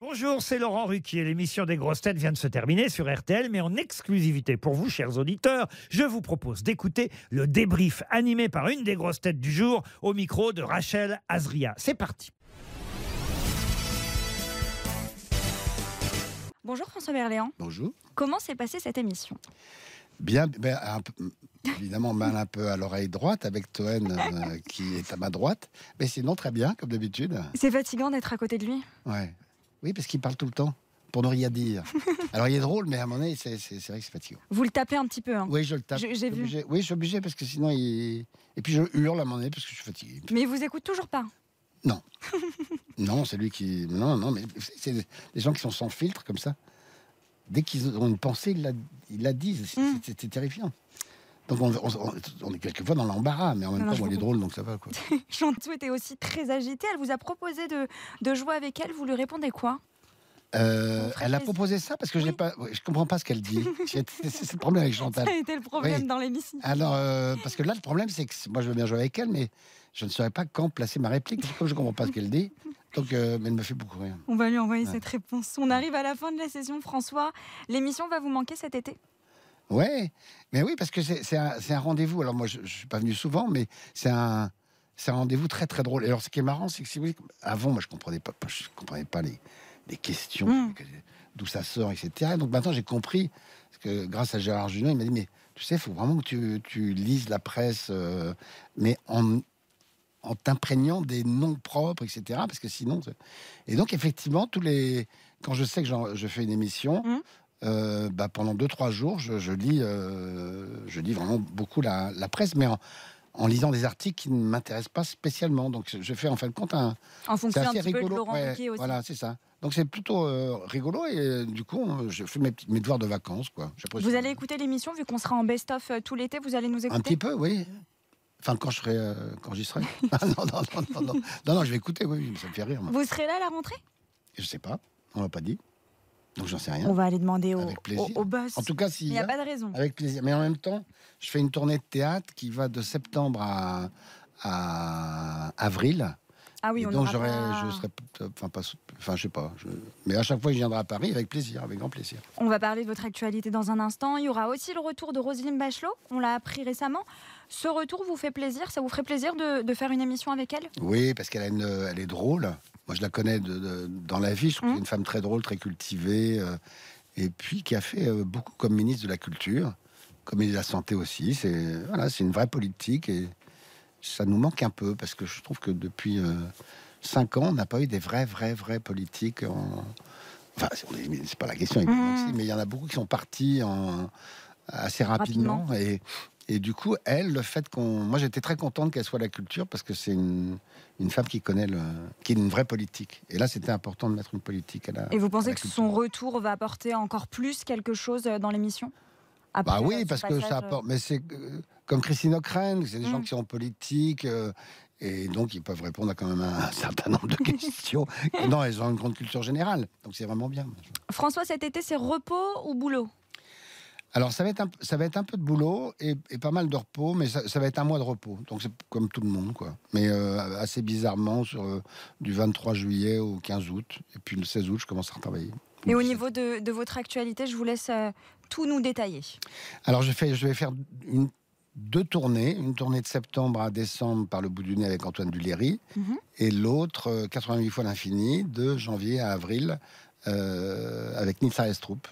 Bonjour, c'est Laurent Ruquier. L'émission des grosses têtes vient de se terminer sur RTL, mais en exclusivité pour vous, chers auditeurs, je vous propose d'écouter le débrief animé par une des grosses têtes du jour au micro de Rachel Azria. C'est parti. Bonjour François Berléand. Bonjour. Comment s'est passée cette émission Bien, ben, un peu- évidemment, mal un peu à l'oreille droite avec Toen euh, qui est à ma droite. Mais sinon, très bien, comme d'habitude. C'est fatigant d'être à côté de lui. Ouais. Oui, parce qu'il parle tout le temps, pour ne rien dire. Alors, il est drôle, mais à mon avis, c'est c'est- c'est vrai que c'est fatigant. Vous le tapez un petit peu, hein. Oui, je le tape. Je- j'ai Je suis vu. obligé. Oui, je suis obligé, parce que sinon, il. Et puis, je hurle à mon avis, parce que je suis fatigué. mais il vous écoute toujours pas. Non, c'est lui qui. Non, non, mais c'est- c'est des gens qui sont sans filtre, comme ça. Dès qu'ils ont une pensée, ils la, ils la disent. C'est- Mm. c'est- C'est terrifiant. Donc, on, on- on est quelquefois dans l'embarras, mais en même Non, non, temps, je bon, il est vous drôle, donc ça va, quoi. Chantou était aussi très agitée. Elle vous a proposé de, de jouer avec elle. Vous lui répondez quoi Euh, Mon frère elle a Jésus. proposé ça parce que j'ai Oui. pas, ouais, je comprends pas ce qu'elle dit. C'est c'est- c'est le problème avec Ça Chantal. a été le problème Ah, Oui. dans l'émission. Alors, euh, parce que là, le problème, c'est que c- moi, je veux bien jouer avec elle, mais je ne saurais pas quand placer ma réplique. Comme je comprends pas ce qu'elle dit, donc euh, mais elle me fait beaucoup rire. On va lui envoyer Ouais. cette réponse. On arrive à la fin de la saison, François. L'émission va vous manquer cet été. Ouais, mais oui, parce que c'est c'est un, c'est un rendez-vous. Alors moi, je, je suis pas venu souvent, mais c'est un, c'est un rendez-vous très très drôle. Et alors, ce qui est marrant, c'est que si vous voulez, avant, moi, je comprenais pas, je comprenais pas les, les questions, Mm. que- d'où ça sort, etc. Donc maintenant, j'ai compris parce que grâce à Gérard Junon, il m'a dit, mais tu sais, il faut vraiment que tu, tu lises la presse, euh, mais en en t'imprégnant des noms propres, etc. Parce que sinon, c'est- et donc effectivement, tous les quand je sais que j'en- je fais une émission, Mhm. euh, bah, pendant deux trois jours, je, je lis, euh, je lis vraiment beaucoup la, la presse, mais en, en lisant des articles qui ne m'intéressent pas spécialement. Donc je fais en fin de compte un, En fonction c'est un assez petit peu de rigolo. Laurent ouais, Ruquier aussi. voilà, c'est ça. Donc c'est plutôt euh, rigolo et euh, du coup, euh, je fais mes, petits- mes devoirs de vacances, quoi. J'apprécie. Vous allez écouter l'émission, vu qu'on sera en best-of euh, tout l'été, vous allez nous écouter Un petit peu, oui. Enfin, quand je serai, euh, quand j'y serai. Ah, non, non, non, non, non, non, non, je vais écouter. Oui, oui, ça me fait rire. moi. Vous serez là à la rentrée Je sais pas. On m'a pas dit. Donc j'en sais On rien. va aller demander au, Avec plaisir. au- au boss. En tout cas, Il si. n'y a pas de raison. Avec plaisir. Mais en même temps, je fais une tournée de théâtre qui va de septembre à, à avril. Ah oui, et on donc n'aura j'aurai, pas- je serai, peut-être- enfin pas, enfin je sais pas. je- Mais à chaque fois, je viendrai à Paris avec plaisir, avec grand plaisir. On va parler de votre actualité dans un instant. Il y aura aussi le retour de Roselyne Bachelot. On l'a appris récemment. Ce retour vous fait plaisir Ça vous ferait plaisir de, de faire une émission avec elle Oui, parce qu'elle a une, elle est drôle. Moi, je la connais de- de- dans la vie. Je trouve Mhm. que c'est une femme très drôle, très cultivée, euh, et puis qui a fait euh, beaucoup comme ministre de la culture, comme ministre de la santé aussi. C'est voilà, c'est une vraie politique et ça nous manque un peu parce que je trouve que depuis euh, cinq ans, on n'a pas eu des vrais, vrais, vrais politiques. En... Enfin, c'est- on est- mais c'est pas la question, évidemment, Mhm. si, mais il y en a beaucoup qui sont partis en- assez rapidement, et et du coup, elle, le fait qu'on. Moi, j'étais très contente qu'elle soit la culture parce que c'est une, une femme qui connaît le. qui est une vraie politique. Et là, c'était important de mettre une politique à la. Et vous pensez à la que culture. son retour va apporter encore plus quelque chose euh, dans l'émission Après, Bah euh, oui, son parce que passage, ça euh, apporte. Mais c'est euh, comme Christine O'Crane, c'est des gens Mm. qui sont en politique. euh, et donc, ils peuvent répondre à quand même un, un certain nombre de questions. non, elles ont une grande culture générale. Donc, c'est vraiment bien. François, cet été, c'est repos ou boulot Alors, ça va être un, ça va être un peu de boulot et, et pas mal de repos, mais ça, ça va être un mois de repos. Donc, c'est comme tout le monde, quoi. Mais euh, assez bizarrement, sur, euh, du 23 juillet au 15 août. Et puis, le 16 août, je commence à retravailler. Et au niveau de, de votre actualité, je vous laisse euh, tout nous détailler. Alors, je, fais, je vais faire une- deux tournées. Une tournée de septembre à décembre par le bout du nez avec Antoine Duléry. Mhm. Et l'autre, euh, 88 fois l'infini, de janvier à avril, euh, avec Nils Aestrup.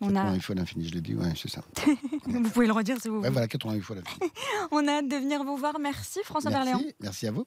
On a... 88 fois l'infini, je l'ai dit, ouais, c'est ça. Vous pouvez le redire si vous Ouais, voulez. voilà, 88 fois l'infini. On a hâte de venir vous voir. Merci François Berléand. Merci, merci à vous.